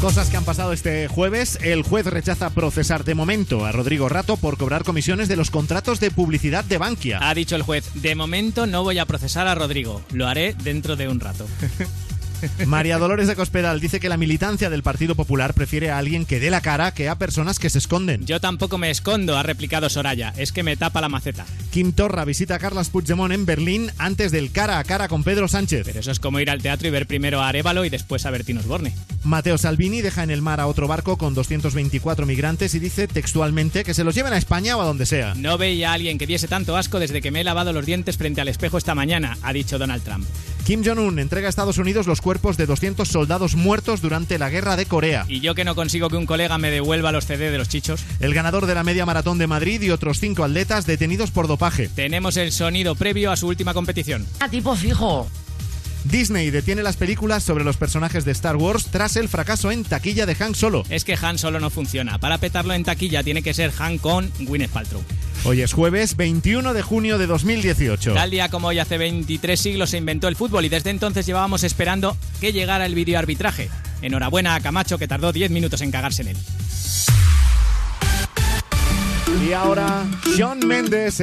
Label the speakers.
Speaker 1: Cosas que han pasado este jueves. El juez rechaza procesar de momento a Rodrigo Rato por cobrar comisiones de los contratos de publicidad de Bankia.
Speaker 2: Ha dicho el juez, de momento no voy a procesar a Rodrigo, lo haré dentro de un rato.
Speaker 1: María Dolores de Cospedal dice que la militancia del Partido Popular prefiere a alguien que dé la cara que a personas que se esconden.
Speaker 2: Yo tampoco me escondo, ha replicado Soraya, es que me tapa la maceta.
Speaker 1: Quintorra visita a Carlas Puigdemont en Berlín antes del cara a cara con Pedro Sánchez.
Speaker 2: Pero eso es como ir al teatro y ver primero a Arevalo y después a Bertín Osborne.
Speaker 1: Mateo Salvini deja en el mar a otro barco con 224 migrantes y dice textualmente que se los lleven a España o a donde sea.
Speaker 2: No veía a alguien que diese tanto asco desde que me he lavado los dientes frente al espejo esta mañana, ha dicho Donald Trump.
Speaker 1: Kim Jong-un entrega a Estados Unidos los cuerpos de 200 soldados muertos durante la guerra de Corea.
Speaker 2: Y yo que no consigo que un colega me devuelva los CD de los chichos.
Speaker 1: El ganador de la media maratón de Madrid y otros cinco atletas detenidos por dopaje.
Speaker 2: Tenemos el sonido previo a su última competición.
Speaker 3: A tipo fijo.
Speaker 1: Disney detiene las películas sobre los personajes de Star Wars tras el fracaso en taquilla de Han Solo.
Speaker 2: Es que Han Solo no funciona. Para petarlo en taquilla tiene que ser Han con Gwyneth Paltrow.
Speaker 1: Hoy es jueves 21 de junio de 2018.
Speaker 2: Tal día como hoy hace 23 siglos se inventó el fútbol y desde entonces llevábamos esperando que llegara el videoarbitraje. Enhorabuena a Camacho que tardó 10 minutos en cagarse en él.
Speaker 1: Y ahora, John Méndez.